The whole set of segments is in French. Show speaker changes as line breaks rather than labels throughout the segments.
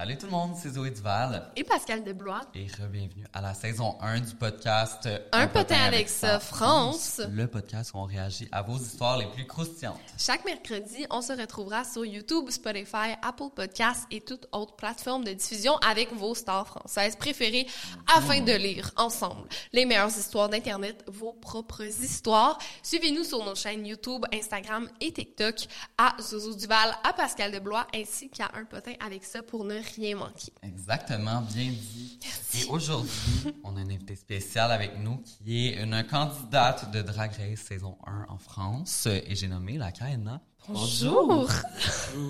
Salut tout le monde, c'est Zoé Duval
et Pascal Desblois.
et re-bienvenue à la saison 1 du podcast
Un potin avec ça, France.
Le podcast où on réagit à vos histoires les plus croustillantes.
Chaque mercredi, on se retrouvera sur YouTube, Spotify, Apple Podcasts et toute autre plateforme de diffusion avec vos stars françaises préférées afin de lire ensemble les meilleures histoires d'Internet, vos propres histoires. Suivez-nous sur nos chaînes YouTube, Instagram et TikTok à Zozo Duval, à Pascal Desblois ainsi qu'à Un potin avec ça pour ne rien manquer.
Exactement, bien dit. Et aujourd'hui, on a une invitée spéciale avec nous qui est une candidate de Drag Race saison 1 en France et j'ai nommé la Kaena.
Bonjour!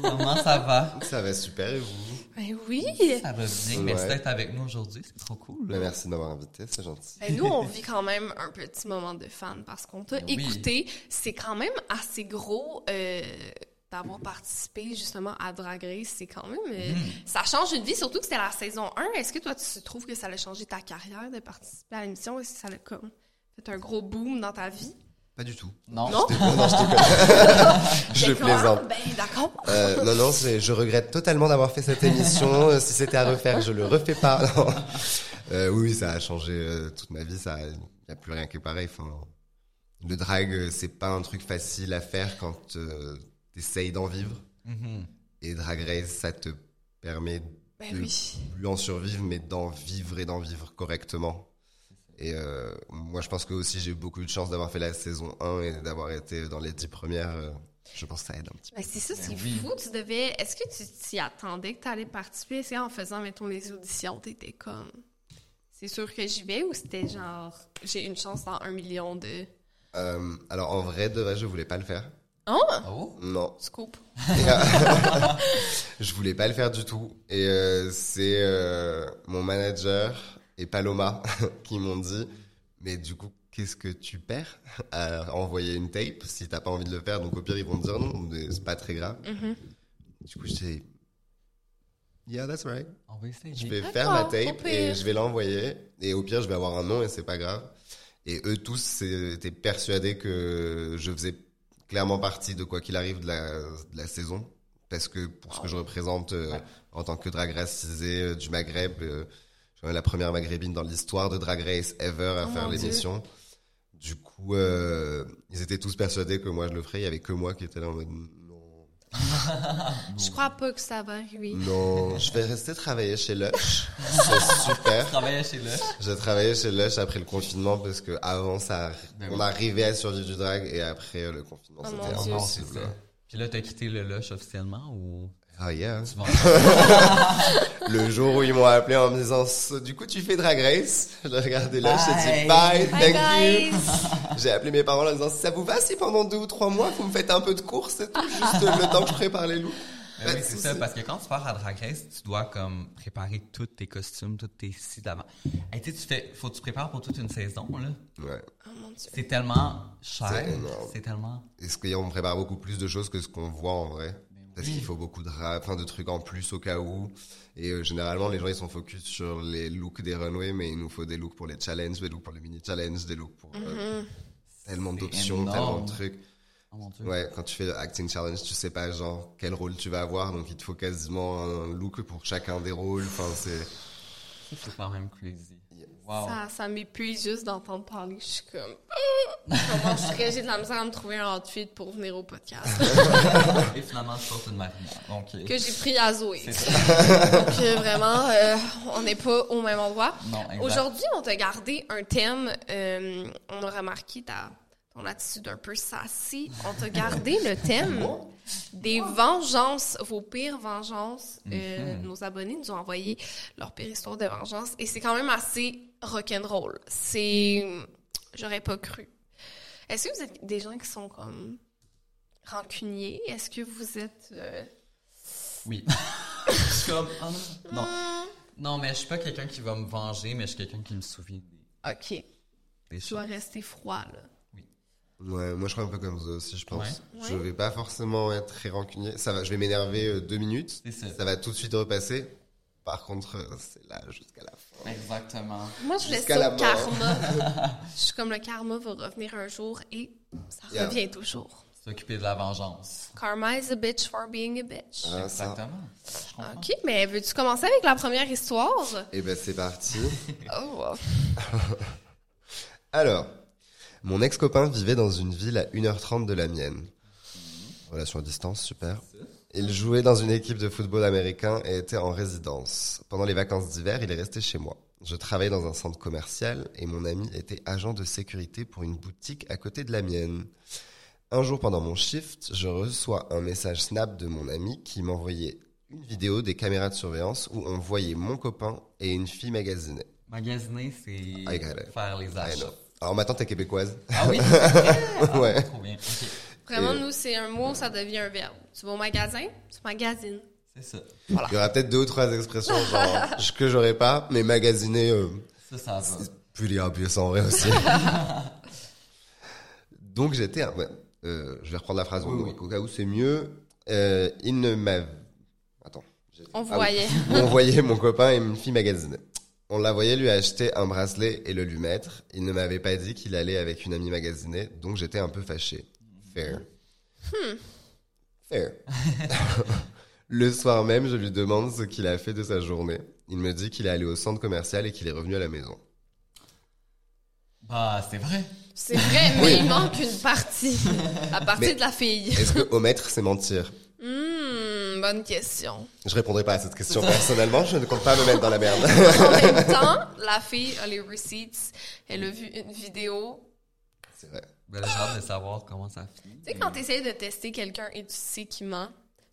Comment ça va?
Ça va super, et vous?
Ben oui!
Ça va bien, merci d'être avec nous aujourd'hui, c'est trop cool.
Ben, merci de m'avoir invité, c'est gentil.
Ben, nous, on vit quand même un petit moment de fan parce qu'on t'a
Ben Oui.
écouté. C'est quand même assez gros euh, d'avoir participé justement à Drag Race. C'est quand même. euh,
Mm-hmm.
Ça change une vie, surtout que c'était la saison 1. Est-ce que toi, tu trouves que ça a changé ta carrière de participer à l'émission? Est-ce que ça a comme fait un gros boom dans ta vie?
Pas du tout.
Non?
Non?
Je
D'accord.
plaisante.
Ben d'accord.
Euh, non, non, c'est- je regrette totalement d'avoir fait cette émission. Euh, si c'était à refaire, je le refais pas. Non. Euh, oui, oui, ça a changé euh, toute ma vie. Ça, y a plus rien qui est pareil. Enfin, le drag, euh, c'est pas un truc facile à faire quand euh, t'essayes d'en vivre.
Mhm.
Et Drag Race, ça te permet
Ben
Euh,
de
oui.
plus en survivre, mais d'en vivre et d'en vivre correctement. Et euh, moi, je pense que aussi j'ai eu beaucoup eu de chance d'avoir fait la saison 1 et d'avoir été dans les 10 premières. euh, Je pense que ça aide un petit
Ben, c'est ça, c'est
oui.
fou. Tu devais. Est-ce que tu t'y attendais que tu allais participer? C'est en faisant, mettons, les auditions, t'étais comme. C'est sûr que j'y vais ou c'était genre. J'ai une chance dans un million de.
peu. Euh, alors, en vrai, de vrai, je voulais pas le faire.
Oh!
Oh?
Non.
Scoop.
je voulais pas le faire du tout. Et euh, c'est euh, mon manager et Paloma qui m'ont dit Mais du coup, qu'est-ce que tu perds à envoyer une tape si t'as pas envie de le faire Donc au pire, ils vont te dire non, mais c'est pas très grave. Du coup, j'ai Yeah, that's right.
On va essayer.
Je vais
D'accord,
faire ma
au
tape
pire.
et je vais l'envoyer. Et au pire, je vais avoir un nom et c'est pas grave. Et eux tous étaient persuadés que je faisais clairement partie de quoi qu'il arrive de la, de la saison. Parce que pour ce que je représente euh, en tant que drag racisée euh, du Maghreb, euh, je suis la première maghrébine dans l'histoire de Drag Race ever à
Oh mon
faire
Dieu.
l'émission. Du coup, euh, ils étaient tous persuadés que moi je le ferais. Il y avait que moi qui était là en mode non,
Je crois pas que ça va arriver.
non, je vais rester travailler chez Lush. C'est super.
Travailler chez Lush.
J'ai travaillé chez Lush après le confinement parce que avant ça,
Ben
on
oui.
arrivait à survivre du drag et après euh, le confinement,
Oh
c'était
mon
C'est
Dieu.
impossible.
ça. Puis là, t'as quitté le Lush officiellement ou
Ah yeah.
tu vas
Le jour où ils m'ont appelé en me disant, So, du coup tu fais Drag Race, j'ai regardé Lush et j'ai dit bye,
Bye.
Bye
thank
guys!
you. J'ai appelé mes parents en leur disant, ça vous va si pendant deux ou trois mois vous me faites un peu de course et tout, juste le temps que je prépare les loups.
Ben
Pas
oui,
de
c'est
souci.
ça, parce que quand tu pars à Drag Race, tu dois comme préparer tous tes costumes, tous tes sites d'avant. Hey, tu sais, tu fais, faut que tu prépares pour toute une saison, là.
Ouais.
Oh mon dieu.
C'est tellement cher,
C'est énorme.
c'est tellement...
Est-ce qu'on prépare beaucoup plus de choses que ce qu'on voit en vrai parce qu'il faut beaucoup de rap, enfin de trucs en plus au cas où. Et euh, généralement, les gens ils sont focus sur les looks des runways, mais il nous faut des looks pour les challenges, des looks pour les mini challenges, des looks pour euh, tellement
C'est
d'options,
énorme.
tellement de trucs.
Oh mon Dieu.
Ouais, quand tu fais le acting challenge, tu sais pas genre quel rôle tu vas avoir, donc il te faut quasiment un look pour chacun des rôles. Enfin, c'est
C'est quand même crazy. Wow.
Ça, ça m'épuise juste d'entendre parler. Je suis comme. Ah! Comment je serais? J'ai de la misère à me trouver un outfit pour venir au podcast.
Et finalement, je pense que c'est une marina. Donc, euh,
que j'ai pris à Zoé.
c'est
Donc,
ça.
euh, vraiment, euh, on n'est pas au même endroit.
Non, exact.
Aujourd'hui, on t'a gardé un thème. euh, on a remarqué ta, ton attitude un peu sassy. On t'a gardé le thème des vengeances, vos pires vengeances. Euh,
Mhm.
Nos abonnés nous ont envoyé leur pire histoire de vengeance. Et c'est quand même assez rock'n'roll. C'est. J'aurais pas cru. Est-ce que vous êtes des gens qui sont comme rancuniers? Est-ce que vous êtes. euh,
Oui. je suis comme, oh non. Non. Non, mais je suis pas quelqu'un qui va me venger, mais je suis quelqu'un qui me souvient des,
OK.
des
Tu dois
choses.
rester froid, là.
Ouais, moi je crois un peu comme ça aussi, je pense.
Ouais.
Je
Ouais.
vais pas forcément être très rancunier. Ça va, je vais m'énerver euh, deux minutes,
C'est ça.
va tout de suite repasser. Par contre, euh, c'est là jusqu'à la fin.
Exactement.
Moi, je laisse
Jusqu'à
ça
la
au
mort.
karma. je suis comme le karma va revenir un jour et ça
Yeah.
revient toujours.
S'occuper de la vengeance.
Karma is a bitch for being a bitch.
Ah, ça.
Exactement. Je comprends.
OK, mais veux-tu commencer avec la première histoire?
Et ben c'est parti.
Oh,
Alors, mon ex-copain vivait dans une ville à 1h30 de la mienne. Relation à distance, super. Il jouait dans une équipe de football américain et était en résidence. Pendant les vacances d'hiver, il est resté chez moi. Je travaillais dans un centre commercial et mon ami était agent de sécurité pour une boutique à côté de la mienne. Un jour pendant mon shift, je reçois un message Snap de mon ami qui m'envoyait une vidéo des caméras de surveillance où on voyait mon copain et une fille magasinée.
Magasiner, c'est
I got it.
faire les
I
achats.
know. Alors ma tante est québécoise.
Ah oui? c'est vrai? Ah,
Ouais.
Trop bien. OK.
vraiment,
Et-
nous, c'est un mot, ça devient un verbe. Tu vas au magasin, tu magasines.
C'est ça.
Il y aura peut-être deux ou trois expressions genre, que j'aurais pas, mais magasiner, euh,
Ça, ça va.
pretty obvious en vrai aussi. Donc j'étais, ouais, euh, je vais reprendre la phrase, donc, au cas où c'est mieux, euh, il ne m'a... Attends. j'ai- Ah
On
oui.
voyait.
On voyait mon copain et une fille magasinée. On la voyait lui acheter un bracelet et le lui mettre. Il ne m'avait pas dit qu'il allait avec une amie magasinée, donc j'étais un peu fâché. Fair. Hmm. Fair. le soir même, je lui demande ce qu'il a fait de sa journée. Il me dit qu'il est allé au centre commercial et qu'il est revenu à la maison.
Bah, c'est vrai.
C'est vrai, mais
Oui.
il manque une partie. La partie
Mais-
de la fille.
Est-ce que omettre, c'est mentir
Hmm, bonne question.
Je répondrai pas à cette question personnellement, je ne compte pas me mettre dans la merde.
En même temps, la fille a les receipts. Elle a vu une vidéo.
c'est vrai.
Ben, j'ai hâte de savoir comment ça finit.
Tu sais, quand tu essayes de tester quelqu'un et tu sais qu'il ment,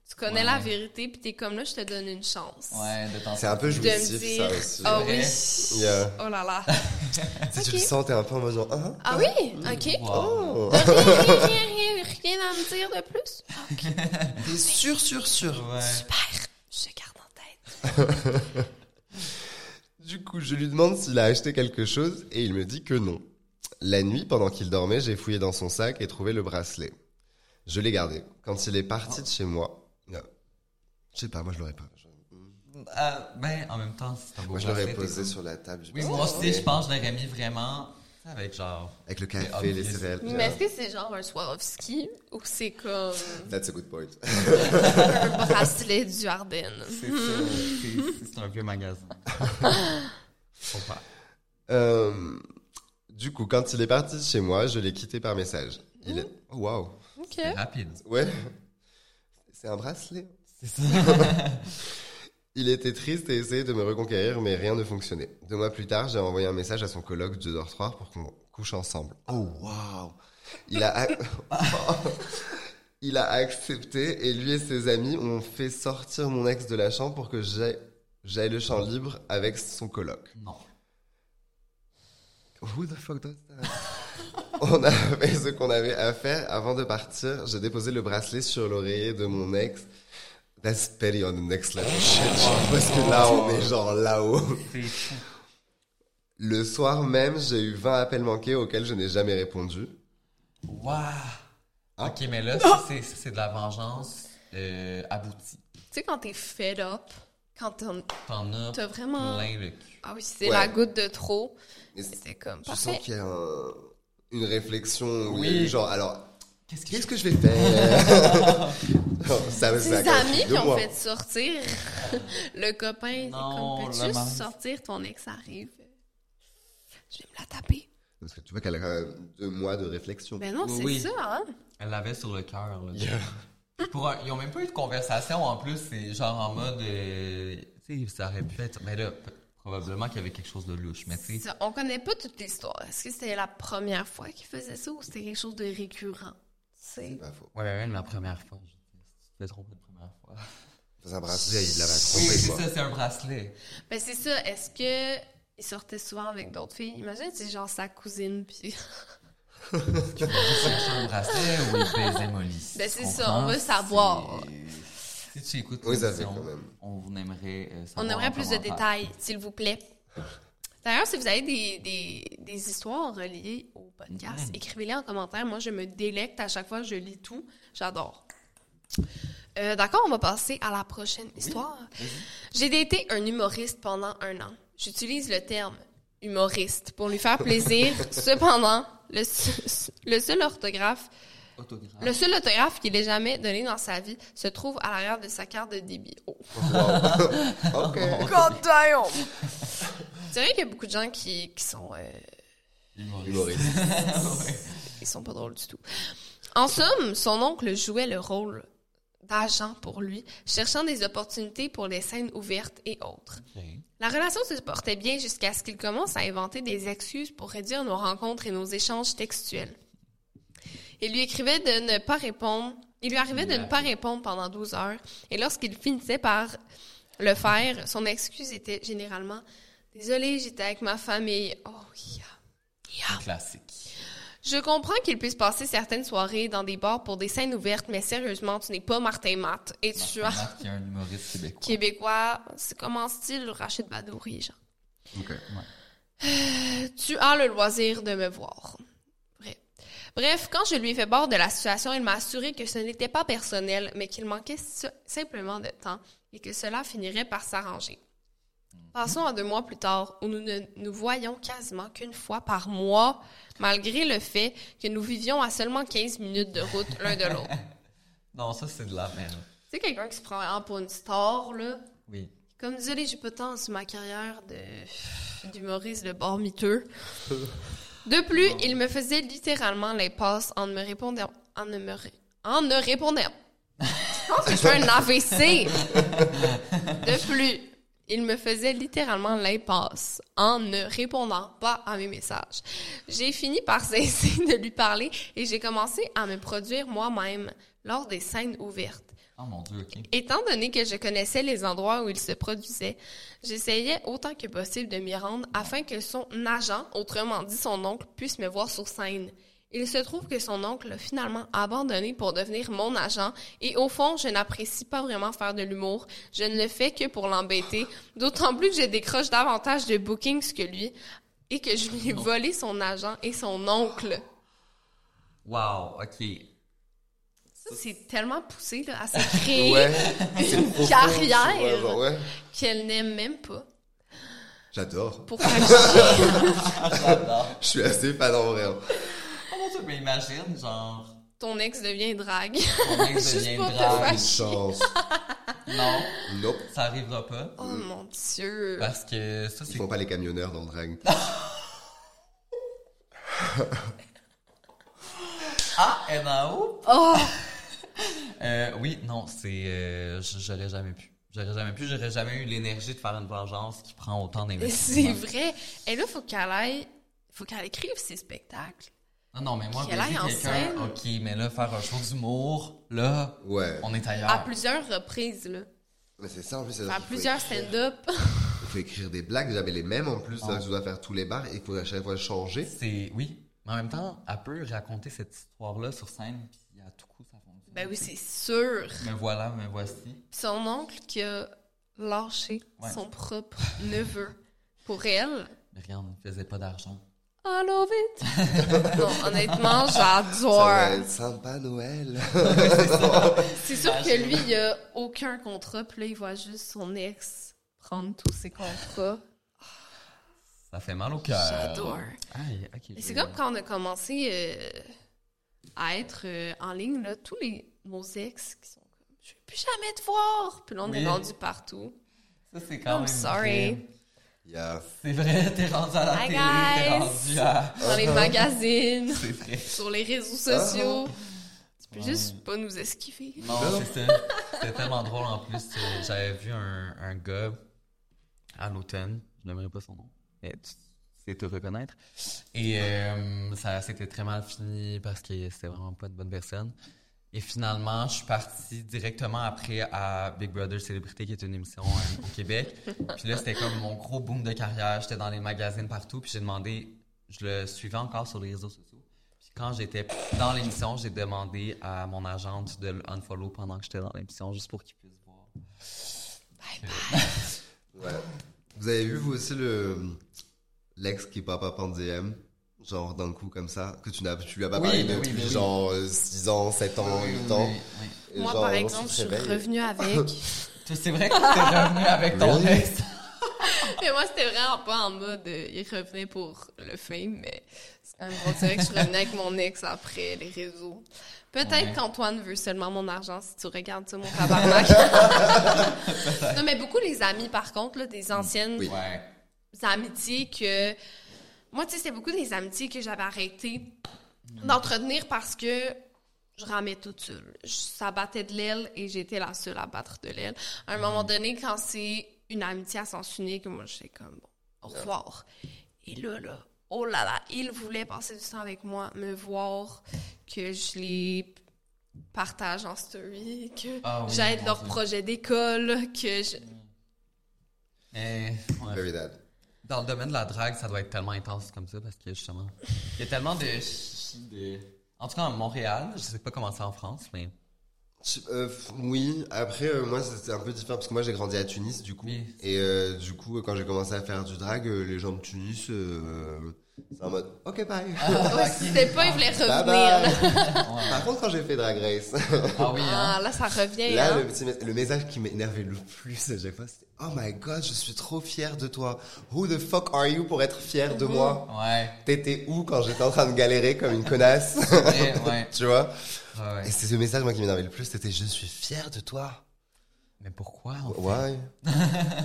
tu connais
Ouais.
la vérité, puis tu es comme là, je te donne une chance.
Ouais, de temps
C'est un peu
De
jouissif,
me dire,
ça aussi.
ah
Ouais.
oui,
Yeah.
oh là là.
Si tu
ok.
le sens, t'es un peu en mode genre, Ah, ah,
Ah oui, ok.
Wow.
T'as Rien, rien, rien, rien à me dire de plus.
T'es sûr, sûr, sûr.
Super, je garde en tête.
Du coup, je lui demande s'il a acheté quelque chose et il me dit que non. La nuit, pendant qu'il dormait, j'ai fouillé dans son sac et trouvé le bracelet. Je l'ai gardé. Quand il est parti de chez moi, non. je sais pas, moi je l'aurais pas. Je-
Ah, ben, en même temps, c'est un beau
Moi je l'aurais
bracelet,
posé
t'es-
sur la table. j'ai
Oui,
pas
moi
gardé.
aussi, je pense que je l'aurais mis vraiment tu sais, avec genre.
Avec le
Ah,
café, les
oui.
céréales.
Mais est-ce que c'est genre un Swarovski ou c'est comme
That's a good point.
un bracelet du Ardennes?
C'est ça, c'est- c'est un vieux magasin. Faut pas.
Euh, du coup, quand il est parti de chez moi, je l'ai quitté par message. Il est... Oh, wow.
Ok.
C'est rapide.
Ouais. C'est un bracelet.
C'est ça.
Il était triste et essayait de me reconquérir, mais rien ne fonctionnait. Deux mois plus tard, j'ai envoyé un message à son colloque de dortoir pour qu'on couche ensemble. Oh, waouh Il a... ac- Il a accepté et lui et ses amis ont fait sortir mon ex de la chambre pour que j'aille j'aille le champ libre avec son colloque.
Non.
Who the fuck does that? On a fait ce qu'on avait à faire avant de partir. J'ai déposé le bracelet sur l'oreiller de mon ex. That's petty on the next level. Shit, genre, parce que là, on est genre là-haut. Le soir même, j'ai eu 20 appels manqués auxquels je n'ai jamais répondu.
Waouh! Ok, mais là, ça, c'est ça, c'est de la vengeance euh, abouti.
Tu sais, quand t'es fed up, quand t'en-
T'en as
t'as vraiment.
plein le cul.
Ah oui, c'est
Ouais.
la goutte de trop.
Mais
C'était comme
Je
parfait.
sens qu'il y a un- une réflexion. où
Oui.
il y a eu genre, alors,
Qu'est-ce que
qu'est-ce que je vais faire Non, ça me
Tes
ça a
amis
de
qui ont
moi.
fait sortir le copain, c'est
Non,
comme
le
peux-tu
mari.
sortir ton ex arrive. Je vais me la taper.
Parce que tu vois qu'elle a quand même deux mois de réflexion.
Mais non,
Oui,
c'est
oui.
ça, hein?
Elle l'avait sur le cœur. là. Pour un- ils ont même pas eu de conversation en plus. C'est genre en mode. euh, tu sais, ça aurait pu être. Mais là, p- probablement qu'il y avait quelque chose de louche. Mais tu sais,
Ça, on connaît pas toute l'histoire. Est-ce que c'était la première fois qu'il faisait ça ou c'était quelque chose de récurrent? C'est
Pas faux.
ouais, ouais, même la première fois. je- Tu te fais tromper la première fois.
Dans un bracelet, il l'avait
Oui,
trompé,
c'est
quoi.
ça, c'est un bracelet.
Ben c'est ça. Est-ce que il sortait souvent avec d'autres filles? Imagine, c'est genre sa cousine. Puis...
C'est un bracelet ou il baisait Molly.
Ben,
Tu
c'est ça,
comprends?
on veut savoir.
C'est- Si tu écoutes
Oui, ça
l'émission,
fait quand même.
on aimerait euh, savoir en
On aimerait plus de
commentaire.
détails, s'il vous plaît. D'ailleurs, si vous avez des, des, des histoires reliées au podcast, écrivez-les en commentaire. Moi, je me délecte à chaque fois, je lis tout. J'adore. Euh, D'accord, on va passer à la prochaine histoire. J'ai daté un humoriste pendant un an. J'utilise le terme humoriste pour lui faire plaisir. Cependant, le, se- le seul orthographe
Autographe.
le seul autographe qu'il ait jamais donné dans sa vie se trouve à l'arrière de sa carte de débit. Oh. euh,
Ok.
God damn! C'est vrai qu'il y a beaucoup de gens qui, qui sont. euh,
Humoriste.
ils sont pas drôles du tout. En somme, son oncle jouait le rôle d'agent pour lui, cherchant des opportunités pour les scènes ouvertes et autres. La relation se portait bien jusqu'à ce qu'il commence à inventer des excuses pour réduire nos rencontres et nos échanges textuels. Il lui écrivait de ne pas répondre. Il lui arrivait de ne pas répondre pendant 12 heures, et lorsqu'il finissait par le faire, son excuse était généralement Désolé, j'étais avec ma famille. Oh, yeah. Yeah.
Classique.
Je comprends qu'il puisse passer certaines soirées dans des bars pour des scènes ouvertes, mais sérieusement, tu n'es pas Martin Matt et tu as
Remarque qu'il y a un humoriste québécois.
québécois. C'est comment style Rachid Badouri, genre.
Ok.
Tu as le loisir de me voir. Vrai. Bref, quand je lui ai fait bord de la situation, il m'a assuré que ce n'était pas personnel, mais qu'il manquait si- simplement de temps et que cela finirait par s'arranger. Passons à deux mois plus tard, où nous ne nous voyons quasiment qu'une fois par mois, malgré le fait que nous vivions à seulement 15 minutes de route l'un de l'autre.
Non, ça, c'est de la merde.
C'est quelqu'un qui se prend vraiment pour une star, là.
Oui.
Comme désolé, j'ai pas de temps sur ma carrière de d'humoriste de bord miteux. De plus, il me faisait littéralement les passes en ne me répondant en ne me ré- en ne répondant. Je pense que je fais un AVC. De plus, il me faisait littéralement l'impasse en ne répondant pas à mes messages. J'ai fini par cesser de lui parler et j'ai commencé à me produire moi-même lors des scènes ouvertes.
Oh mon dieu, ok.
Étant donné que je connaissais les endroits où il se produisait, j'essayais autant que possible de m'y rendre afin que son agent, autrement dit son oncle, puisse me voir sur scène. Il se trouve que son oncle l'a finalement abandonné pour devenir mon agent et au fond, je n'apprécie pas vraiment faire de l'humour. Je ne le fais que pour l'embêter, d'autant plus que je décroche davantage de bookings que lui et que je lui ai volé son agent et son oncle.
Wow, ok.
Ça, c'est tellement poussé là, à se créer
Ouais.
une
Ouais,
carrière.
genre, ouais.
qu'elle n'aime même pas.
J'adore.
Pour faire chier.
Je suis assez fan en vrai. hein.
Oh mon dieu, mais imagine, genre,
ton ex devient drague.
ton ex
Juste
devient
pour te
drague.
Une chance.
Non,
Nope.
ça arrivera pas.
Oh mon dieu.
Parce que ça,
Ils
c'est.
font pas les camionneurs dans le drag.
Ah, NAO?
Oh,
Euh, oui, non, c'est. euh, j- j'aurais jamais pu. J'aurais jamais pu, j'aurais jamais eu l'énergie de faire une vengeance qui prend autant
c'est
d'investissement.
vrai. Et là, faut qu'elle aille, faut qu'elle écrive ses spectacles.
Non, non, mais moi,
Qu'elle aille
baiser
en scène.
quelqu'un, ok, mais là, faire un show d'humour, là,
Ouais.
on est
À
ailleurs.
plusieurs reprises, là.
Mais c'est ça en plus. c'est-
À
faut
plusieurs
écrire-
stand-up.
faut écrire des blagues, j'avais les mêmes en plus. c'est-à-dire que Tu dois faire tous les bars et il faut à chaque fois changer.
C'est. Oui, mais en même temps, elle peut raconter cette histoire-là sur scène, puis à tout coup, ça fonctionne.
ben oui, c'est sûr.
Me voilà, me voici.
Son oncle qui a lâché
Ouais.
son propre neveu pour elle.
Mais regarde, on ne faisait pas d'argent.
I love it. non, honnêtement,
Ça va
j'adore.
être sympa Noël.
C'est sûr
Ah,
que
c'est
lui, il a aucun contrat, puis là, il voit juste son ex prendre tous ses contrats.
Euh, Ça fait mal au cœur.
J'adore.
Aïe, ok. je-
Mais C'est comme quand on a commencé euh, à être euh, en ligne, là, tous les, nos ex qui sont comme Je ne plus jamais te voir. Puis là, on
Oui.
est rendu partout.
Ça, c'est quand
I'm
même.
Oh, sorry.
vrai.
Il y a
Ah, C'est vrai, t'es rendu à la
Hi,
télé, t'es
guys.
rendu à.
Dans les magazines,
C'est vrai.
sur les réseaux sociaux. Tu peux juste pas nous esquiver.
Non, c'est ça. C'était tellement drôle en plus. euh, J'avais vu un, un gars à l'automne, je n'aimerais pas son nom, mais tu sais te reconnaître. Et euh, ça c'était très mal fini parce que c'était vraiment pas une bonne personne. Et finalement, je suis parti directement après à Big Brother Célébrité, qui est une émission euh, au Québec. Puis là, c'était comme mon gros boom de carrière. J'étais dans les magazines partout. Puis j'ai demandé, je le suivais encore sur les réseaux sociaux. Puis quand j'étais dans l'émission, j'ai demandé à mon agente de l'unfollow pendant que j'étais dans l'émission, juste pour qu'il puisse voir.
Ouais. Vous avez vu, vous aussi, le l'ex qui pop up en DM Genre d'un coup comme ça Que tu, n'as, tu lui as pas
Oui,
parlé
mais oui,
depuis
mais oui.
genre 6 ans, 7 ans, 8 ans
Oui, oui.
Et
Moi,
genre,
par
on se
exemple, je suis
réveille.
revenue avec.
Toi, C'est vrai que t'es revenu avec ton
Really?
ex.
Mais moi, c'était vraiment pas en mode euh, il revenait pour le fame, mais c'est quand même drôle. C'est vrai que je revenais avec mon ex après les réseaux. Peut-être
Ouais.
qu'Antoine veut seulement mon argent si tu regardes ça, mon tabarnak. non, mais beaucoup les amis, par contre, là, des anciennes
Ouais.
amitiés que. Moi, tu sais, c'était beaucoup des amitiés que j'avais arrêté
Mm.
d'entretenir parce que je ramais toute seule. Je- ça battait de l'aile et j'étais la seule à battre de l'aile. À
Mm.
un moment donné, quand c'est une amitié à sens unique, moi, j'étais comme, bon, au revoir. Et là, là, oh là là, il voulait passer du temps avec moi, me voir, que je les partage en story, que
Ah oui,
j'aide
mon
leur
Dieu. Mm.
projet d'école, que je...
Eh, ouais.
Very dead.
Dans le domaine de la drague, ça doit être tellement intense comme ça parce que justement, il y a tellement de, de- En tout cas, à Montréal, je sais pas comment c'est en France, mais.
Je- euh, f- oui, après euh, moi c'était un peu différent parce que moi j'ai grandi à Tunis du coup
Oui.
et euh, du coup quand j'ai commencé à faire du drag euh, les gens de Tunis euh, c'est en mode ok bye
Ouais, si c'était pas, il voulait
bye
revenir. là.
bye par contre quand j'ai fait Drag Race
Ah oui, hein?
Ah, là, ça revient.
Là,
hein.
le, petit mes- le message qui m'énervait le plus à chaque fois, c'était Oh my god, je suis trop fier de toi. Who the fuck are you pour être fier de moi
Ouais.
T'étais où quand j'étais en train de galérer comme une connasse
vrai, ouais.
Tu vois
Ouais, ouais.
Et c'est ce message moi qui m'énervait le plus, c'était Je suis fier de toi.
Mais pourquoi? en fait?
Ouais.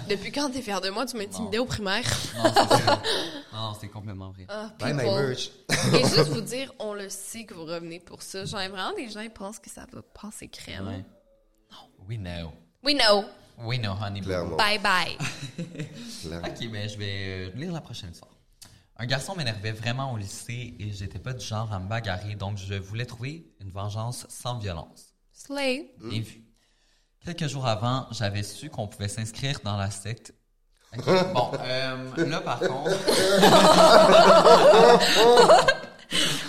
Depuis quand t'es fier de moi, tu m'intimidais au primaire.
Non, c'est vrai. Non, non, c'est complètement vrai.
Ah,
Buy my
people.
merch.
Et juste vous dire, on le sait que vous revenez pour ça. Genre, vraiment, des gens ils pensent que ça va passer crème.
Ouais. Non. We know.
We know.
We know, honey. boo.
Clairement.
Bye bye.
Ok, ben je vais euh, lire la prochaine histoire. Un garçon m'énervait vraiment au lycée et j'étais pas du genre à me bagarrer, donc je voulais trouver une vengeance sans violence.
Slay.
Bien vu. Quelques jours avant, j'avais su qu'on pouvait s'inscrire dans la secte. Ok, bon, euh, là par contre,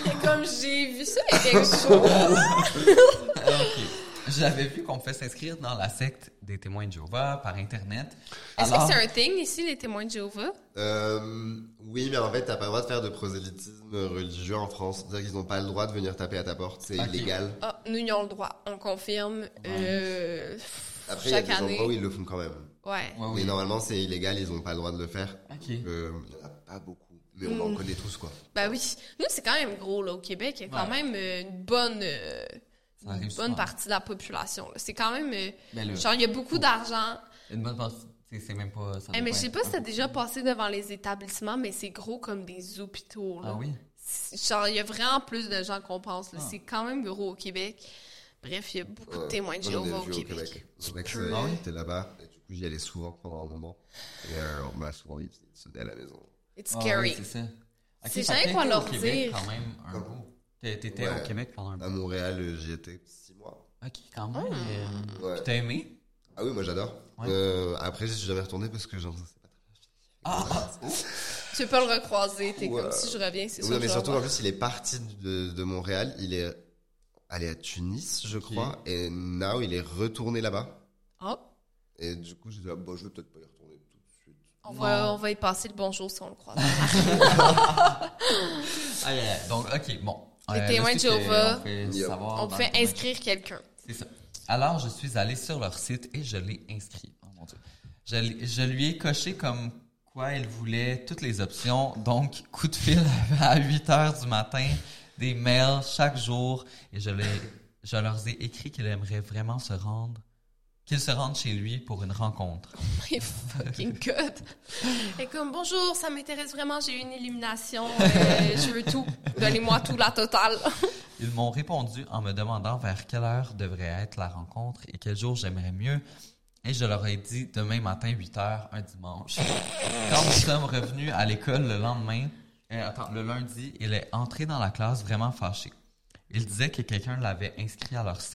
Et comme j'ai vu ça, il y a quelque chose.
j'avais vu qu'on pouvait s'inscrire dans la secte des témoins de Jéhovah par Internet.
Est-ce
Alors-
que c'est un thing ici, les témoins de Jéhovah?
Euh, oui, mais en fait, t'as pas le droit de faire de prosélytisme religieux en France. C'est-à-dire qu'ils n'ont pas le droit de venir taper à ta porte. C'est
Ok.
illégal.
Ah, nous, ils ont le droit. On confirme. euh,
Après, il y a
chaque
des
année.
endroits où ils le font quand même.
Ouais.
Ouais,
Mais
oui.
normalement, c'est illégal, ils n'ont pas le droit de le faire.
Ok.
Euh, il n'y en a pas beaucoup. Mais on en connaît tous, quoi.
Ben oui. Nous, c'est quand même gros, là, au Québec. Il y a quand même euh, une bonne, euh,
Ça arrive
une bonne
souvent.
partie de la population. là. C'est quand même. euh,
Ben là.
genre, il y a beaucoup d'argent.
Une bonne pensée, c'est- c'est même pas. ça
Eh,
doit
mais je
être
sais pas si
un
t'as
peu-
déjà passé devant les établissements, mais c'est gros comme des hôpitaux. Là.
Ah oui.
C'est- Genre, il y a vraiment plus de gens qu'on pense. là. C'est quand même gros au Québec. Bref, il y a beaucoup de témoins de
Moi, j'en ai
Jéhovah au
vu
Québec.
Au Québec, c'est-
Ah
j'étais là-bas. Et du coup, j'y allais souvent pendant un moment. Et euh, on m'a souvent dit de sonner à la maison.
It's
Ah,
scary.
oui, c'est ça. Ok,
C'est
fait
jamais
que t'as
quoi
été
leur
au Québec,
dire.
quand même un bout. T'es- T'étais
Ouais.
au Québec pendant un bout.
À Montréal, euh, j'y étais 6 mois.
Ok, quand même.
Ah.
euh,
Ouais.
puis T'as aimé?
Ah oui, moi, j'adore.
Ouais.
Euh, après, j'y suis jamais retourné parce que, genre, c'est pas très
Ah, ah,
Tu peux pas le recroiser. T'es
Ouais.
comme si je reviens, c'est
Oui,
sûr.
mais
que je
surtout,
le
en
vois.
plus, il est parti de, de Montréal. Il est allé à Tunis, je crois. Et now, il est retourné là-bas.
Oh.
Et du coup, j'ai dit, ah, bah, je vais peut-être pas y retourner tout de suite.
On va, on va y passer le bonjour si on le croise.
Ah, yeah, yeah. Donc, OK, bon.
Les
Euh,
témoins de
là-dessus, c'est-
Jéhovah,
On fait, savoir ben,
on
dans
fait
le-
inscrire quelqu'un.
C'est ça. Alors, je suis allé sur leur site et je l'ai inscrit. Oh mon Dieu. Je, l'ai- je lui ai coché comme quoi elle voulait toutes les options. Donc, coup de fil à 8 heures du matin, des mails chaque jour. Et je, l'ai- je leur ai écrit qu'il aimerait vraiment se rendre, qu'il se rende chez lui pour une rencontre.
My fucking God. Et comme bonjour, ça m'intéresse vraiment, j'ai eu une illumination, euh, je veux tout, donnez-moi tout, la totale.
Ils m'ont répondu en me demandant vers quelle heure devrait être la rencontre et quel jour j'aimerais mieux. Et je leur ai dit demain matin 8 h un dimanche. Quand nous sommes revenus à l'école le lendemain, euh, attends, le lundi, il est entré dans la classe vraiment fâché. Il disait que quelqu'un l'avait inscrit à leur site.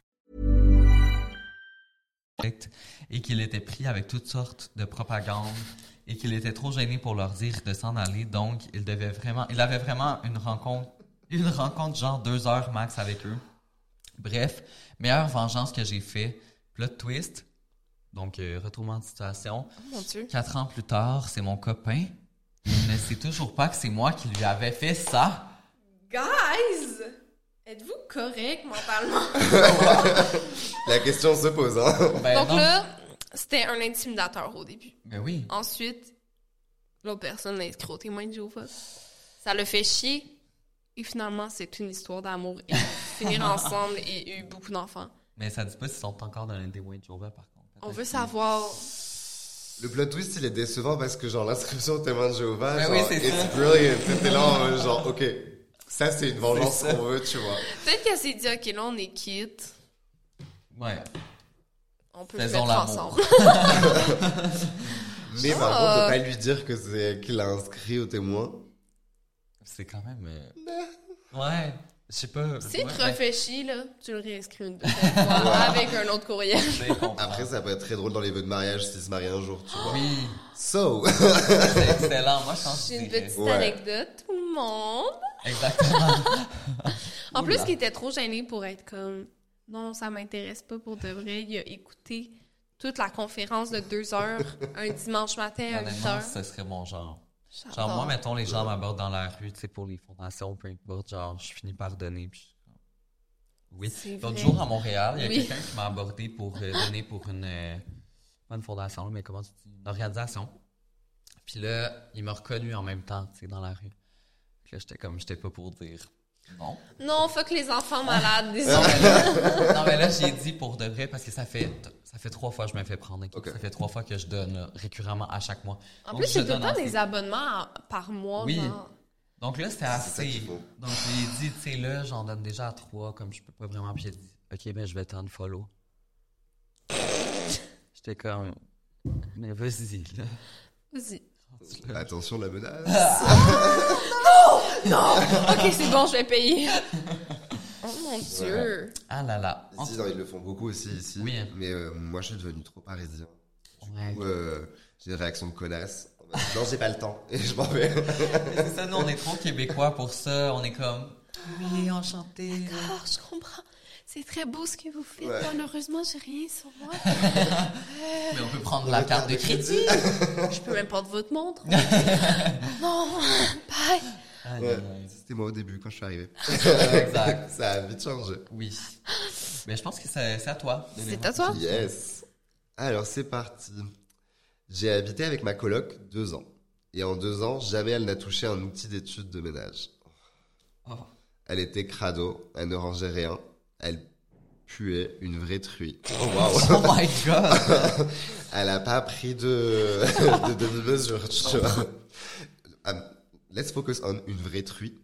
et qu'il était pris avec toutes sortes de propagande et qu'il était trop gêné pour leur dire de s'en aller. Donc, il devait vraiment, il avait vraiment une rencontre, une rencontre genre deux heures max avec eux. Bref, meilleure vengeance que j'ai fait. Plot twist. Donc, euh, retournement de situation.
Oh mon Dieu.
Quatre ans plus tard, c'est mon copain. Il ne sait toujours pas que c'est moi qui lui avais fait ça.
Guys, êtes-vous correct mentalement?
La question se pose, hein.
Donc là, c'était un intimidateur au début.
Ben oui.
Ensuite, l'autre personne l'a inscrit au témoin de Jéhovah. Ça le fait chier. Et finalement, c'est une histoire d'amour et de finir ensemble et eu beaucoup d'enfants.
Mais ça dit pas s'ils sont encore dans les témoins de Jéhovah, par contre.
On veut savoir.
Le plot twist, il est décevant parce que, genre, l'inscription au témoin de Jéhovah,
Ben
genre,
oui, c'est
it's
ça.
brilliant. C'était là, en mode, genre, ok, ça, c'est une vengeance
C'est ça.
qu'on veut, tu vois.
Peut-être qu'elle s'est dit, OK, là, on est quitte.
Ouais.
On peut
Faisons
se mettre
l'amour.
ensemble.
Mais par
Ah.
contre, de pas lui dire que c'est qu'il a inscrit au témoin.
C'est quand même. euh, Ouais. Je sais pas.
Si tu
ouais,
te
ben,
refais chier, là, tu le réinscris une deuxième fois avec un autre courriel.
Après, ça peut être très drôle dans les vœux de mariage s'ils se marient un jour, tu vois.
Oui.
So.
ben, C'est excellent. Moi, je pense
J'ai une
que c'est-
petite
Ouais.
anecdote, tout le monde.
Exactement.
En plus,
Oula.
qu'il était trop gêné pour être comme non, ça m'intéresse pas pour de vrai. Il a écouté toute la conférence de deux heures un dimanche matin à 8
Honnêtement,
heures.
ce serait mon genre.
J'adore.
Genre, moi, mettons, les gens m'abordent dans la rue, tu sais, pour les fondations, peu importe. Genre, je finis par donner. Puis... je- Oui.
C'est
L'autre
vrai.
jour, à Montréal, il y a
Oui.
quelqu'un qui m'a abordé pour euh, donner pour une. euh, pas une fondation, mais comment tu dis Une organisation. Puis là, il m'a reconnu en même temps, tu sais, dans la rue. Puis là, j'étais comme, j'étais pas pour dire non.
Non, fuck les enfants malades,
Non, mais
désolé.
là, non, mais là, j'ai dit pour de vrai parce que ça fait, ça fait trois fois que je me fais prendre. ok? Ça fait trois fois que je donne là, récurremment à chaque mois.
En
Donc,
plus,
je
c'est tout le
donne
temps
assez.
des abonnements à- par mois.
Oui.
genre.
Donc là, c'était assez. Donc j'ai dit, tu sais, là, j'en donne déjà à trois, comme je peux pas vraiment. Puis j'ai dit, OK, mais je vais t'en follow. J'étais comme, mais vas-y, là.
Vas-y.
Attention, la menace.
Non! Ok, c'est bon, je vais payer. Oh mon Dieu!
Ah là là.
Ici, non, ils le font beaucoup aussi, ici. Mais euh, moi, je suis devenu trop parisien. Du
Ouais.
coup, euh, j'ai une réaction de connasse. Non, j'ai pas le temps. Et je m'en vais.
C'est ça, nous, on est trop québécois pour ça. On est comme, oui, enchanté.
D'accord, Oh, je comprends. C'est très beau ce que vous faites.
Ouais.
Malheureusement, j'ai rien sur moi.
mais on peut prendre la carte de crédit.
je peux même pas de votre montre. non, bye.
Ouais. C'était moi au début, quand je suis arrivé.
Exact.
Ça a vite changé.
Oui. Mais je pense que c'est c'est à toi. de les
C'est à toi?
Yes. Alors c'est parti. J'ai habité avec ma coloc deux ans. Et en deux ans, jamais elle n'a touché un outil d'étude de ménage.
Oh.
Elle était crado, elle ne rangeait rien, elle puait une vraie truie. Oh, wow.
Oh my God.
elle a pas pris de, de demi-mesure, tu vois. Um, let's focus on une vraie truie.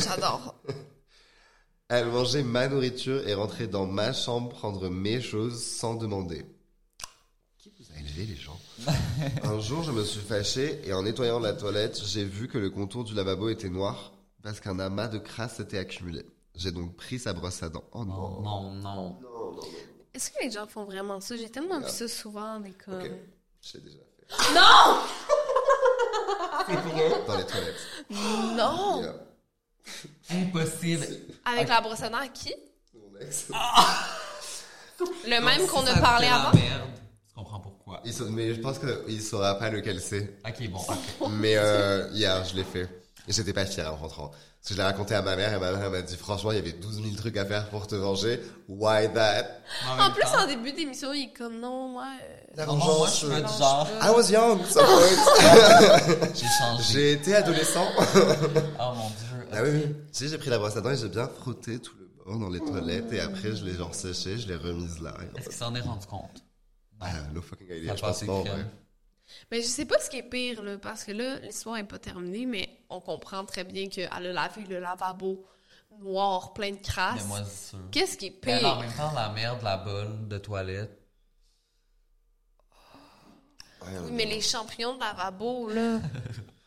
J'adore.
Elle mangeait ma nourriture et rentrait dans ma chambre prendre mes choses sans demander. Qui vous a élevé les gens Un jour, je me suis fâché et en nettoyant la toilette, j'ai vu que le contour du lavabo était noir parce qu'un amas de crasse s'était accumulé. J'ai donc pris sa brosse à dents. Oh non.
Non, non.
Est-ce que les gens font vraiment ça? J'ai tellement vu ça souvent, mais comme...
Je l'ai déjà fait.
Non!
Dans les toilettes.
Non!
Yeah.
Impossible.
Avec la brosse à dents à qui? Ah!
Mon ex.
Le même qu'on
Ça
a parlé
fait la
avant?
merde. Je comprends pourquoi.
Il sa- mais je pense qu'il saura pas lequel c'est.
Ok, bon, ok.
Mais euh, hier, je l'ai fait. Et j'étais pas fier en rentrant. Parce que je l'ai raconté à ma mère et ma mère elle m'a dit franchement, il y avait 12 000 trucs à faire pour te venger. Why that?
En plus, en début d'émission, il est comme non, moi. euh,
La
Non, non, moi, je suis du genre,
I was young, so great.
j'ai changé.
J'ai été adolescent.
Oh mon dieu.
Ah oui, oui. Tu sais, j'ai pris la brosse à dents et j'ai bien frotté tout le bord dans les toilettes et après, je l'ai genre séché, je l'ai remise là. Et en
Est-ce
fait,
qu'il s'en est rendu compte?
ah, no fucking idea,
Ça
je
passe
pense pas, en
crème.
vrai.
Mais je sais pas ce qui est pire, là, parce que là, l'histoire est pas terminée, mais on comprend très bien qu'elle a lavé le lavabo noir, plein de
Mais
crasse.
moi, c'est sûr.
Ah, Qu'est-ce qui est
Mais
pire?
en même temps, la merde, la bonne de toilette.
Oui, mais les champignons de lavabo, là,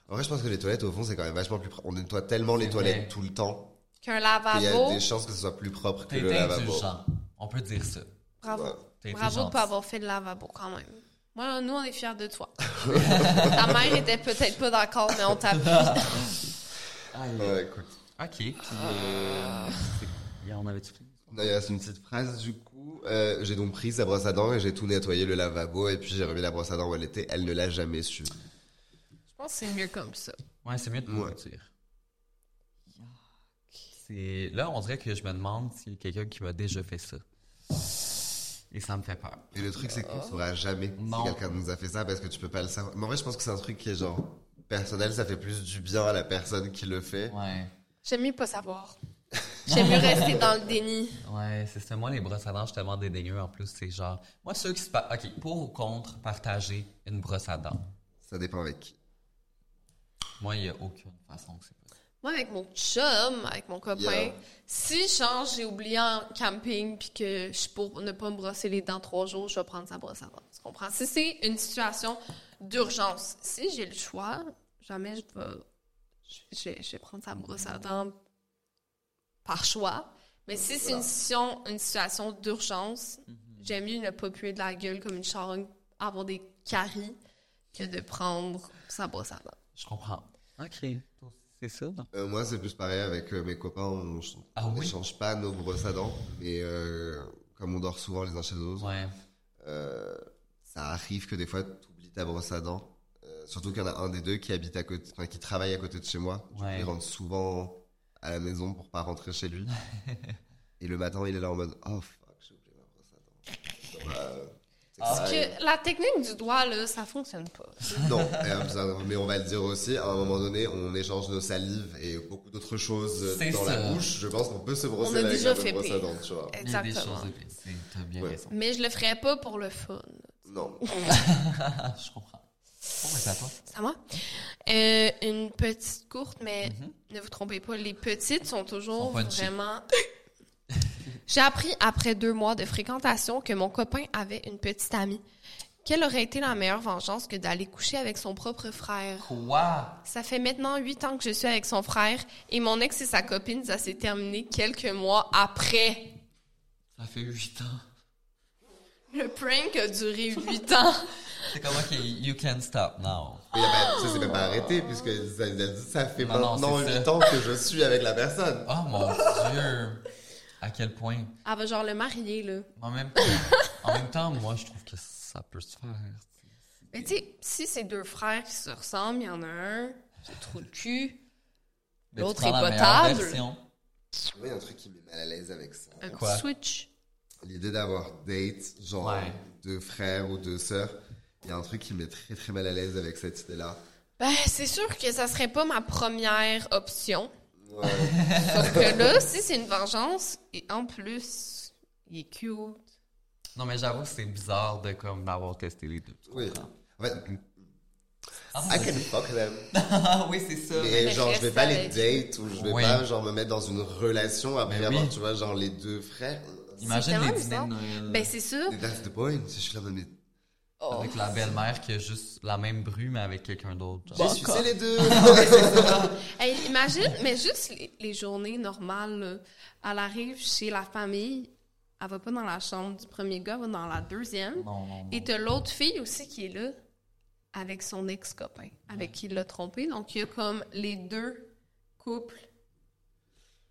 En vrai, je pense que les toilettes, au fond, c'est quand même vachement plus propre. On nettoie tellement les toilettes tout le temps
qu'un
qu'il y a
lavabo.
des chances que ce soit plus propre que
T'es
le lavabo.
indulgent. On peut dire ça.
Bravo.
T'as été
Bravo de
gentille.
pas avoir fait le lavabo quand même. Moi, nous, on est fiers de toi. Ta mère était peut-être pas d'accord, mais on t'appuie.
Ouais, écoute. Ah.
Ok. Puis, euh, c'est- on avait-tu fini?
Non, il reste une petite phrase du coup. Euh, j'ai donc pris sa brosse à dents et j'ai tout nettoyé le lavabo et puis j'ai remis la brosse à dents où elle était. Elle ne l'a jamais su.
Je pense que c'est mieux comme ça.
Ouais, c'est mieux de
Ouais.
partir. C'est Là, on dirait que je me demande s'il y a quelqu'un qui m'a déjà fait ça. Et ça me fait peur.
Et le truc, c'est qu'on ne
Oh.
saura jamais
Non.
si quelqu'un nous a fait ça parce que tu peux pas le savoir. Mais en vrai, je pense que c'est un truc qui est genre personnel. Ça fait plus du bien à la personne qui le fait.
Ouais.
J'aime mieux pas savoir. J'aime mieux rester dans le déni.
Ouais, c'est ça. Moi, les brosses à dents, je suis tellement dédaigneux. En plus, c'est genre. Moi, ceux qui se. pa- Ok, pour ou contre partager une brosse à dents.
Ça dépend avec qui.
Moi, il n'y a aucune façon que c'est possible.
Moi, avec mon chum, avec mon copain,
Yeah.
si genre j'ai oublié en camping puis que je suis pour ne pas me brosser les dents trois jours, je vais prendre sa brosse à dents. Tu comprends? Si c'est une situation d'urgence, si j'ai le choix, jamais je vais, je, je vais- je vais prendre sa brosse à dents par choix. Mais si c'est une situation, une situation d'urgence, j'aime mieux ne pas puer de la gueule comme une charogne, avoir des caries, que de prendre sa brosse à dents.
Je comprends. Ok. C'est ça, non?
Euh, moi, c'est plus pareil avec euh, mes copains. On
Ah oui?
n'échange pas nos brosses à dents. Mais euh, comme on dort souvent les uns chez les autres,
Ouais.
euh, ça arrive que des fois, tu oublies ta brosse à dents. Euh, surtout qu'il y en a un des deux qui habite à côté, enfin, qui travaille à côté de chez moi. Du coup,
Ouais.
Il rentre souvent à la maison pour pas rentrer chez lui. Et le matin, il est là en mode Oh fuck, j'ai oublié ma brosse à dents.
Parce que la technique du doigt, là, ça fonctionne pas.
Non, euh, ça- mais on va le dire aussi, à un moment donné, on échange nos salives et beaucoup d'autres choses
C'est
dans la
ça.
bouche. Je pense qu'on peut se brosser
On a
avec
déjà
la même
fait
brosse à
pire.
dents, tu vois.
Il y a des choses
Exactement.
à préciser. T'as bien
Ouais.
raison.
Mais je le ferais pas pour le fun.
Non.
Ah, je comprends. Bon, mais c'est à toi.
Ça va? Euh, une petite courte, mais ne vous trompez pas, les petites sont toujours
Mhm. Sont punchy.
vraiment. J'ai appris après deux mois de fréquentation que mon copain avait une petite amie. Quelle aurait été la meilleure vengeance que d'aller coucher avec son propre frère?
Quoi?
Ça fait maintenant huit ans que je suis avec son frère et mon ex et sa copine, ça s'est terminé quelques mois après.
Ça fait 8 ans.
Le prank a duré huit ans.
C'est comme, OK, you can stop now.
Mais il a pas- ben, ça s'est même pas arrêté, puisque ça, il a dit ça fait
Non, non,
maintenant
c'est
8
ça.
ans que je suis avec la personne.
Oh mon dieu! À quel point?
Elle va genre le marier, là.
En même temps, en même temps moi, je trouve que ça peut se faire.
Mais tu sais, si c'est deux frères qui se ressemblent, il y en a un, c'est trop de cul.
Mais tu
L'autre
prends
est
la meilleure
potable.
version.
Moi, il y a un truc qui me met mal à l'aise avec ça.
Un petit
Quoi?
Euh, switch.
l'idée d'avoir date, genre
Ouais.
de frère ou de sœur, il y a un truc qui me met très très mal à l'aise avec cette idée-là.
Ben, c'est sûr que ça serait pas ma première option.
Ouais.
Sauf que là, si c'est une vengeance, et en plus, il est cute.
Non, mais j'avoue que c'est bizarre de comme d'avoir testé les deux.
Oui. En fait,
Ah,
I can fuck them.
Ah oui, c'est ça.
Mais
Mais
genre, je vais pas les
reste avec.
date ou je vais
Oui.
pas genre me mettre dans une relation après
Mais
avoir,
oui.
tu vois, genre les deux frères.
Imagine les
C'est tellement
dîners
bizarre.
de Noël.
Ben, c'est sûr.
Mais That's the point. Je suis là, dans mes-
Oh.
Avec la belle-mère qui a juste la même brume, mais avec quelqu'un d'autre.
J'ai sucé les deux.
Hey, imagine, mais juste les, les journées normales, là. elle arrive chez la famille, elle va pas dans la chambre du premier gars, elle va dans la deuxième.
Non, non, non.
Et t'as l'autre fille aussi qui est là, avec son ex-copain, avec qui il l'a trompé. Donc, il y a comme les deux couples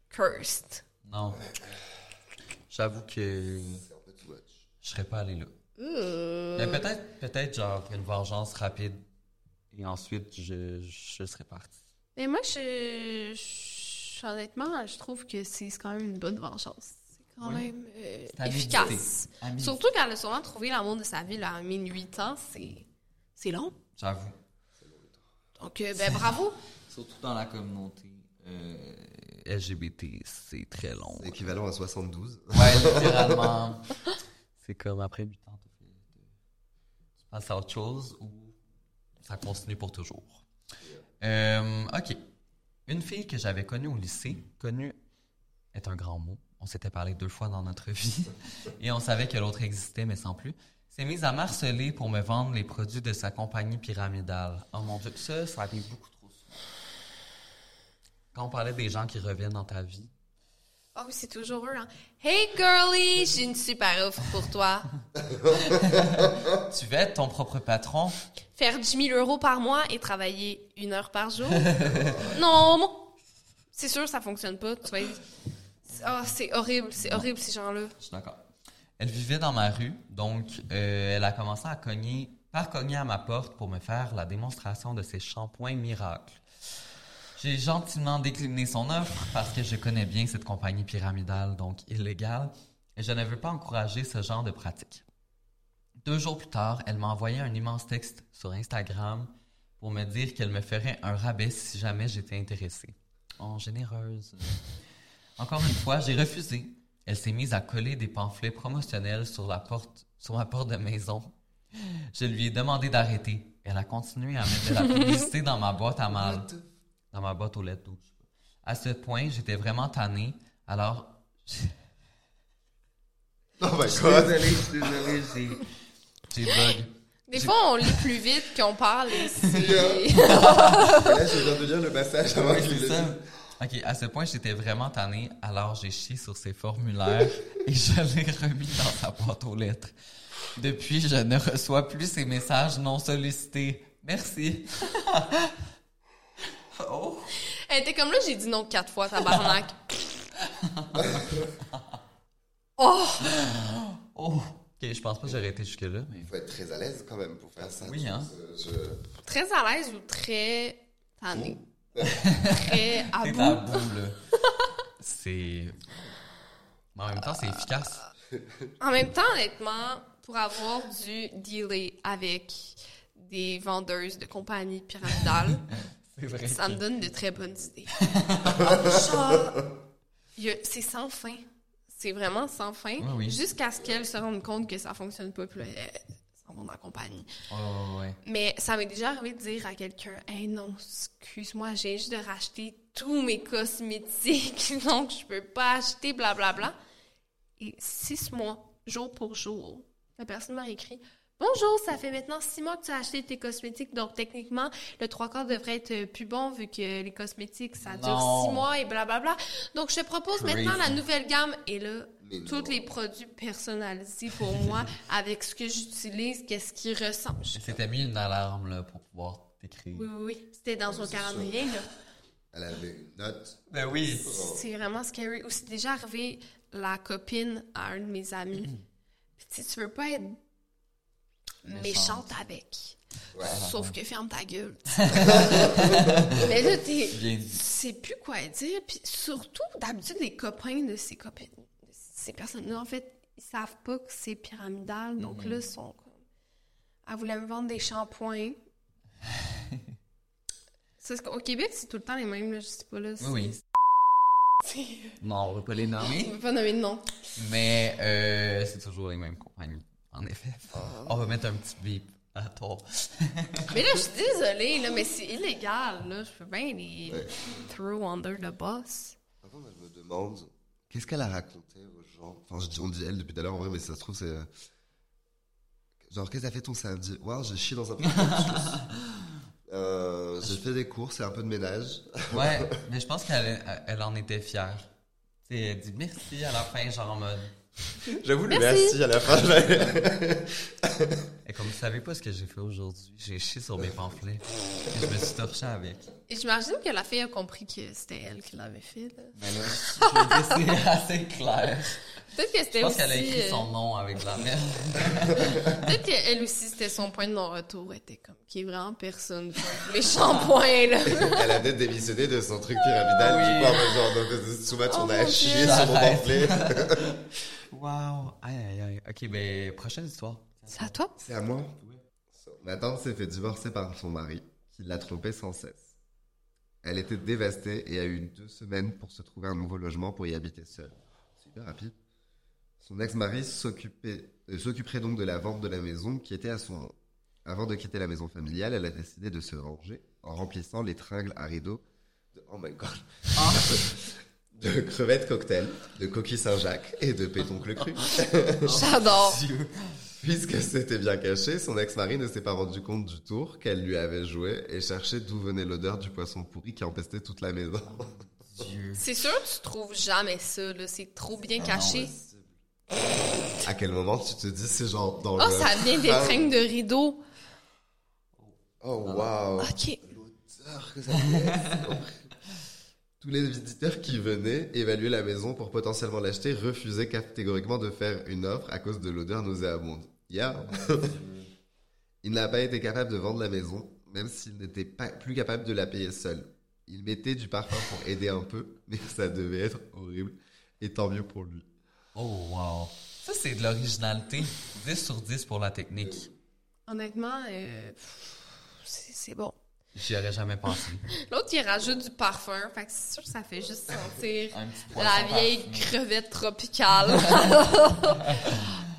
cursed.
Non. J'avoue que. Je serais pas allé là.
Euh.
Mais peut-être, peut-être genre une vengeance rapide. Et ensuite, je, je serais parti.
Mais moi, je, je- honnêtement, je trouve que c'est c'est quand même une bonne vengeance. C'est quand
Oui.
même euh,
C'est habilité.
efficace.
Habilité.
Surtout quand elle a souvent trouvé l'amour de sa vie là, à 1008 ans, c'est c'est long.
J'avoue.
Donc, euh, ben, bravo.
Surtout dans la communauté. euh, LGBT, c'est très long.
C'est équivalent à 72.
Ouais, littéralement. c'est comme après 8 ans, t'as fait- tu passes à autre chose ou ça continue pour toujours. Euh, ok. Une fille que j'avais connue au lycée, connue est un grand mot. On s'était parlé deux fois dans notre vie et on savait que l'autre existait, mais sans plus. S'est mise à marceler pour me vendre les produits de sa compagnie pyramidale. Oh mon dieu, ça, ça arrive beaucoup trop souvent. Quand on parlait des gens qui reviennent dans ta vie,
Oh, oui, c'est toujours eux. Hein. Hey, girly, j'ai une super offre pour toi.
tu vas être ton propre patron.
Faire 10 000 euros par mois et travailler une heure par jour. non, mon- c'est sûr, ça fonctionne pas. Tu vas être- Ah, c'est horrible, c'est horrible ces gens-là.
Je suis d'accord. Elle vivait dans ma rue, donc euh, elle a commencé à cogner, par cogner à ma porte pour me faire la démonstration de ses shampoings miracles. J'ai gentiment décliné son offre parce que je connais bien cette compagnie pyramidale, donc illégale, et je ne veux pas encourager ce genre de pratique. Deux jours plus tard, elle m'a envoyé un immense texte sur Instagram pour me dire qu'elle me ferait un rabais si jamais j'étais intéressée. En généreuse. Encore une fois, j'ai refusé. Elle s'est mise à coller des pamphlets promotionnels sur, la porte, sur ma porte de maison. Je lui ai demandé d'arrêter. Elle a continué à mettre de la publicité dans ma boîte à mal. Dans ma boîte aux lettres. ou je sais pas. À ce point, j'étais vraiment tanné. Alors,
Oh my
Je suis
God.
désolé, je suis désolé, j'ai- j'ai bug.
Des
J'ai-
fois, on lit plus vite qu'on parle et c'est.
Là, je viens de lire le passage avant
Oui,
qu'il le
c'est ça.
dise.
Ok, à ce point, j'étais vraiment tanné, alors j'ai chié sur ses formulaires et je l'ai remis dans sa boîte aux lettres. Depuis, je ne reçois plus ces messages non sollicités. Merci. oh.
Elle était comme là, j'ai dit non quatre fois, tabarnak. oh!
Oh. Ok, je pense pas que j'aurais été jusque-là, mais.
Faut être très à l'aise quand même pour faire ça.
Oui, hein.
Je- je-
Très à l'aise ou très tanné? très à
T'es
bout.
à bout, là. C'est. Mais en même temps, c'est efficace.
Ah.
En même temps, honnêtement, pour avoir dû dealer avec des vendeuses de compagnies pyramidales,
C'est vrai
ça me
que-
donne de très bonnes idées. Ça, il y a- c'est sans fin. C'est vraiment sans fin.
Ah Oui, oui.
Jusqu'à ce qu'elles se rendent compte que ça fonctionne pas, puis là, elles s'en vont en compagnie.
Oh, ouais.
Mais ça m'est déjà arrivé de dire à quelqu'un Hey non, excuse-moi, j'ai juste de racheter tous mes cosmétiques, donc je peux pas acheter, blablabla. Et six mois, jour pour jour, la personne m'a écrit Bonjour, ça fait maintenant six mois que tu as acheté tes cosmétiques, donc techniquement, le trois quarts devrait être plus bon vu que les cosmétiques, ça dure
Non.
six mois et blablabla. Donc je te propose maintenant la
Crazy.
nouvelle gamme. Et là,
Mais non.
tous les produits personnalisés pour moi, avec ce que j'utilise, qu'est-ce qui ressemble. Je-
C'était mis une alarme, là, pour pouvoir t'écrire.
oui, oui, oui. Ah, C'était dans son
c'est sûr.
calendrier, là.
Elle avait une note.
Ben oui.
C'est vraiment scary. Ou c'est déjà arrivé la copine à un de mes amis.
Mhm.
Puis tu sais, tu veux pas être méchante avec. Sauf que ferme ta gueule. tu sais. Mais là, t'es-
Bien
tu
dit.
sais plus quoi dire. Puis surtout, d'habitude, les copains de ces copines, de ces personnes-là, en fait, ils savent pas que c'est pyramidal.
Non,
Donc
mais-
là, ils sont comme. Elle voulait me vendre des shampoings. Ça, c'est- Au Québec, c'est tout le temps les mêmes, là, je sais pas. Là,
Oui, oui. Non, on va pas les
On
nommer.
peut pas nommer de nom.
Mais euh, c'est toujours les mêmes compagnies, en effet. On va mettre un petit bip à tort.
Mais là, je suis désolée, là, mais c'est illégal. Là. Je peux bien les throw under the bus.
Attends, moi, je me demande, qu'est-ce qu'elle a raconté aux gens Enfin, je dis- on dit elle depuis tout à l'heure, en vrai, mais ça se trouve, c'est. euh, Genre, qu'est-ce que t'as fait ton samedi Waouh, j'ai chié dans un euh, J'ai fait des courses et un peu de ménage.
Ouais, mais je pense qu'elle elle en était fière. Tu sais, elle dit merci à la fin, genre en mode.
J'avoue, le Merci. merci à la fin, je-
Et comme vous savez pas ce que j'ai fait aujourd'hui, j'ai chié sur mes pamphlets. Et je me suis torché avec.
Et j'imagine que la fille a compris que c'était elle qui l'avait fait. là.
Ben
Mais là, je veux dire, c'est assez clair.
Peut-être que c'était
Je pense qu'elle a
aussi,
écrit
euh,
son nom avec de la merde.
Peut-être qu'elle aussi, c'était son point de non-retour. Elle était comme, qui est vraiment personne. Les shampoings, là.
elle a peut-être démissionné de son truc pyramidal,
Oui.
du coup, en mode genre, donc, euh, sous-match,
Oh
on
mon
a
Dieu.
chié sur mon
J'arrête.
pamphlet.
Wow. Aïe, aïe, aïe. Ok, ben, prochaine histoire.
C'est à toi?
C'est à moi Ma tante s'est fait divorcer par son mari, qui l'a trompée sans cesse. Elle était dévastée et a eu deux semaines pour se trouver un nouveau logement pour y habiter seule. C'est hyper rapide. Son ex-mari s'occupait- euh, s'occuperait donc de la vente de la maison qui était à son nom. Avant de quitter la maison familiale, elle a décidé de se ranger en remplissant les tringles à rideaux de, oh my God. de crevettes cocktail, de coquilles Saint-Jacques et de pétoncle cru.
J'adore.
Puisque c'était bien caché, son ex-mari ne s'est pas rendu compte du tour qu'elle lui avait joué et cherchait d'où venait l'odeur du poisson pourri qui empestait toute la maison.
C'est sûr que tu trouves jamais ça, là. C'est trop bien
Ah,
caché.
ouais, à quel moment tu te dis c'est genre dans
Oh,
le...
ça vient des
Ah,
tringles de rideau.
Oh wow.
Ah, OK.
L'odeur que ça fait. Tous les visiteurs qui venaient évaluer la maison pour potentiellement l'acheter refusaient catégoriquement de faire une offre à cause de l'odeur nauséabonde. Yeah. il n'a pas été capable de vendre la maison, même s'il n'était pas plus capable de la payer seul. Il mettait du parfum pour aider un peu, mais ça devait être horrible. Et tant mieux pour lui.
Oh, wow. Ça, c'est de l'originalité. 10 sur 10 pour la technique.
Honnêtement, euh, pff, c'est c'est bon.
J'y aurais jamais pensé.
L'autre, il rajoute du parfum. Fait que c'est sûr que ça fait juste sentir
Un petit poisson
la vieille
parfumé.
crevette tropicale. oh,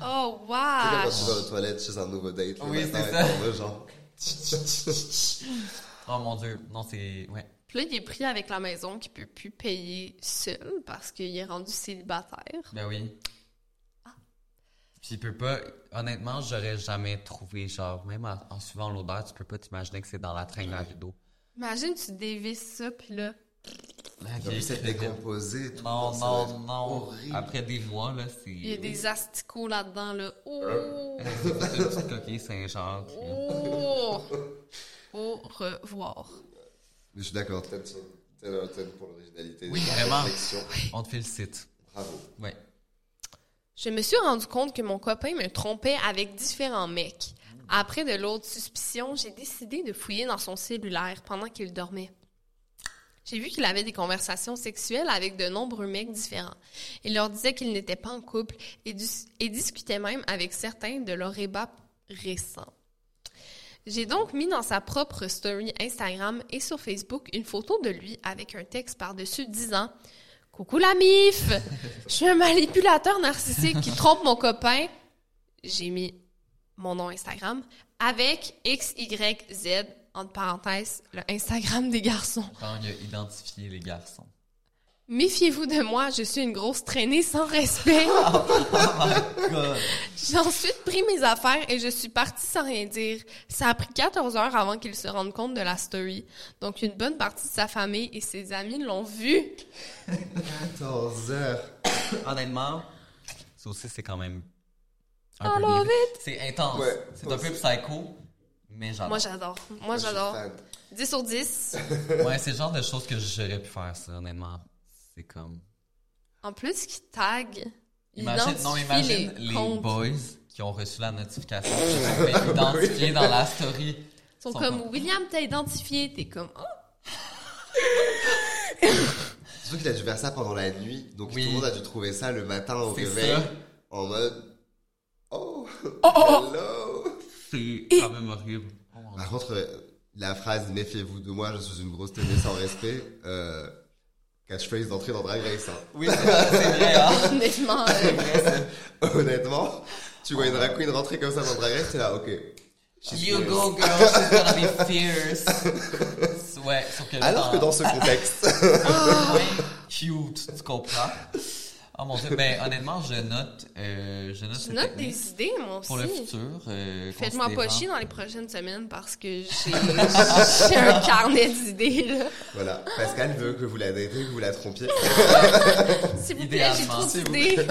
C'est comme
wow!
quand tu vas aux toilettes chez un nouveau date. le
Oui,
matin,
c'est ça.
et t'en vas genre...
Oh mon dieu. Non, c'est. Ouais.
Puis là, il est pris avec la maison qu'il peut plus payer seul parce qu'il est rendu célibataire.
Ben oui.
Ah.
Puis il peut pas. Honnêtement, j'aurais jamais trouvé, genre, même en, en suivant l'odeur, tu peux pas t'imaginer que c'est dans la traîne à rideau.
Imagine, tu dévisses ça, puis là...
La
Puis
vieille
c'est
crevette.
décomposé, tout
Non,
ça va
non,
être
non.
horrible.
Après des mois, là, c'est.
Il y a des asticots là-dedans, là. Oh!
C'est une petite coquille
Ah.
Saint-Jean. qui-
Oh! Au revoir.
Mais je suis d'accord. Ted, Ted, Ted pour l'originalité.
Oui,
La
vraiment.
réflexion.
On te félicite.
Bravo.
Ouais.
Je me suis rendu compte que mon copain me trompait avec différents mecs. Après de lourdes suspicions, j'ai décidé de fouiller dans son cellulaire pendant qu'il dormait. J'ai vu qu'il avait des conversations sexuelles avec de nombreux mecs différents. Il leur disait qu'il n'était pas en couple et, dis- et discutait même avec certains de leurs ébats récents. J'ai donc mis dans sa propre story Instagram et sur Facebook une photo de lui avec un texte par-dessus disant Coucou la MIF Je suis un manipulateur narcissique qui trompe mon copain. J'ai mis mon nom Instagram avec XYZ, entre parenthèses, le Instagram des garçons.
Quand il a identifié les garçons.
Méfiez-vous de moi, je suis une grosse traînée sans respect.
God.
J'ai ensuite pris mes affaires et je suis partie sans rien dire. Ça a pris 14 heures avant qu'il se rende compte de la story. Donc une bonne partie de sa famille et ses amis l'ont vu.
14 heures.
Honnêtement, ça aussi, c'est quand même.
I
Un peu
love
niaiseux.
it.
C'est intense.
Ouais,
c'est un peu psycho, mais j'adore.
Moi j'adore. Moi
je suis
j'adore.
fan.
10 sur 10.
Ouais, c'est le genre de choses que j'aurais pu faire, ça, honnêtement. C'est comme.
En plus qui tag. il
Imagine, non,
identifie
imagine les,
comptes.
boys qui ont reçu la notification, qui se sont fait identifier dans la story.
Ils sont comme William t'a identifié, t'es comme oh,
Surtout qu'il a dû faire ça pendant la nuit, donc
Oui.
tout le monde a dû trouver ça le matin au
Oh,
C'est
réveil.
ça.
en mode Oh,
Oh, oh, oh.
hello.
C'est quand même horrible.
Par contre, euh, la phrase méfiez-vous de moi, je suis une grosse télé sans respect, euh, catchphrase d'entrée dans Drag Race. hein.
Oui, c'est vrai, hein.
Honnêtement, euh,
Honnêtement, tu vois une drag queen rentrer comme ça dans Drag Race, t'es là, ok. She's
You
fierce.
go, girl, she's gonna be fierce. Ouais, sauf que
Alors que dans ce contexte.
Ah, ouais, cute, tu comprends. Oh mon dieu, ben honnêtement, je note. Euh, je note,
tu
ces
notes
techniques
des idées, moi aussi.
Pour le futur. euh,
Faites-moi pas
considérant-
chier dans les prochaines semaines parce que j'ai j'ai un carnet d'idées, là.
Voilà, Pascal veut que vous la datez, que vous la trompiez.
S'il vous plaît, j'ai
Idéalement,
trop
s'il vous
d'idées.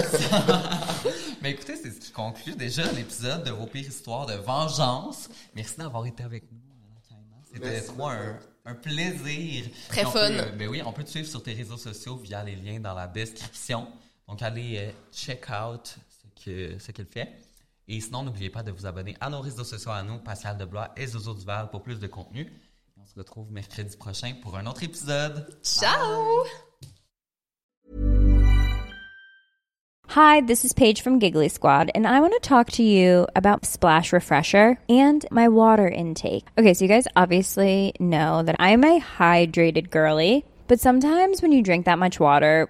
Mais écoutez, c'est ce qui conclut déjà l'épisode de vos pires histoires de vengeance. Merci d'avoir été avec nous, Anna Kaima. C'était
Merci
trop un, un plaisir.
Très
Puis on
fun.
peut, euh, ben oui, on peut te suivre sur tes réseaux sociaux via les liens dans la description. Donc, allez euh, check out ce que- ce qu'elle fait. Et sinon, n'oubliez pas de vous abonner à nos réseaux sociaux, à nous, Pascal Deblois et Zozo Duval, pour plus de contenu. Et on se retrouve mercredi prochain pour un autre épisode.
Ciao!
Hi, this is Paige from Giggly Squad, and I want to talk to you about Splash Refresher and my water intake. Okay, so you guys obviously know that I'm a hydrated girly, but sometimes when you drink that much water,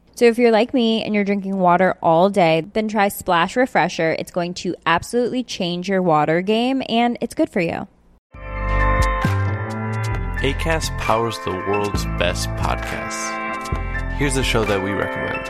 So if you're like me and you're drinking water all day, then try Splash Refresher. It's going to absolutely change your water game and it's good for you.
ACAST powers the world's best podcasts. Here's a show that we recommend.